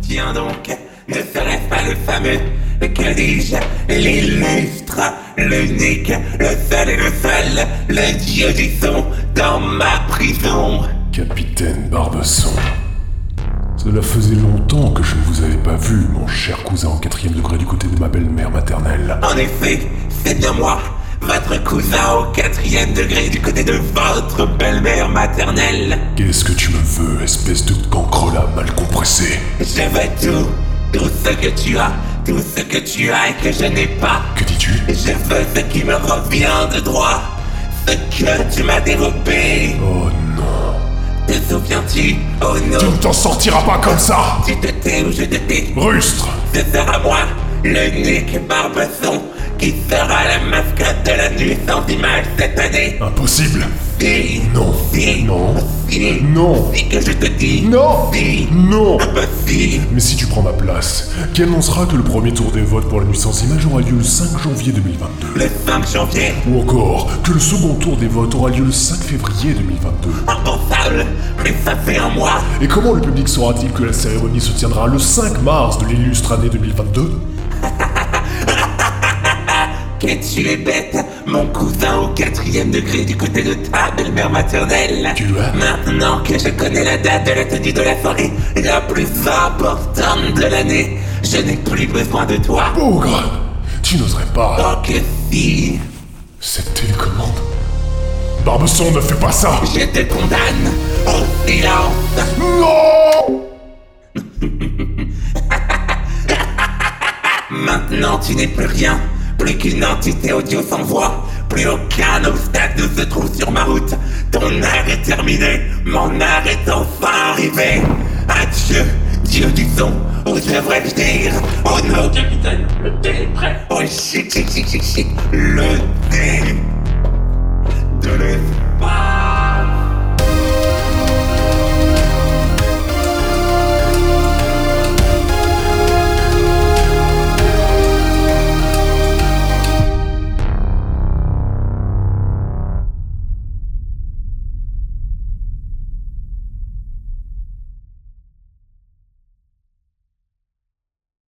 Tiens donc, ne serait-ce pas le fameux, que dis-je, l'illustre, l'unique, le seul et le seul, le dieu du son dans ma prison Capitaine Barbesson. Cela faisait longtemps que je ne vous avais pas vu, mon cher cousin en quatrième degré du côté de ma belle-mère maternelle. En effet, c'est bien moi, votre cousin au quatrième degré du côté de votre belle-mère maternelle. Qu'est-ce que tu me veux, espèce de cancrelat mal compressé Je veux tout, tout ce que tu as, tout ce que tu as et que je n'ai pas. Que dis-tu Je veux ce qui me revient de droit, ce que tu m'as dérobé. Oh non. Te souviens-tu Oh Tu non, ne t'en sortiras pas comme ça tu te tais ou je te tais. Rustre Ce sera moi, le Nick Barbesson, qui sera la mascotte de la nuit sans image cette année. Impossible Si, Non. si, Non. si, Non. si que je te dis. Non Si, Non ah bah si, Mais si tu prends ma place, qui annoncera que le premier tour des votes pour la nuit sans image aura lieu le 5 janvier 2022 le 5 janvier, Ou encore, que le second tour des votes aura lieu le 5 février 2022 impensable, mais ça fait un mois. Et comment le public saura-t-il que la cérémonie se tiendra le 5 mars de l'illustre année 2022 Que tu es bête, mon cousin au quatrième degré du côté de ta belle-mère maternelle. Tu vois Maintenant que je connais la date de la tenue de la soirée la plus importante de l'année, je n'ai plus besoin de toi. Bougre Tu n'oserais pas Oh que si, Cette télécommande Barbesson, ne fais pas ça je te condamne au silence. Non Maintenant tu n'es plus rien, plus qu'une entité audio sans voix, plus aucun obstacle ne se trouve sur ma route. Ton art est terminé, mon art est enfin arrivé. Adieu, Dieu du son, ou devrais-je dire, oh non, capitaine, le thé est prêt. Oh shit, shit, shit, shit, shit, le thé de l'espace.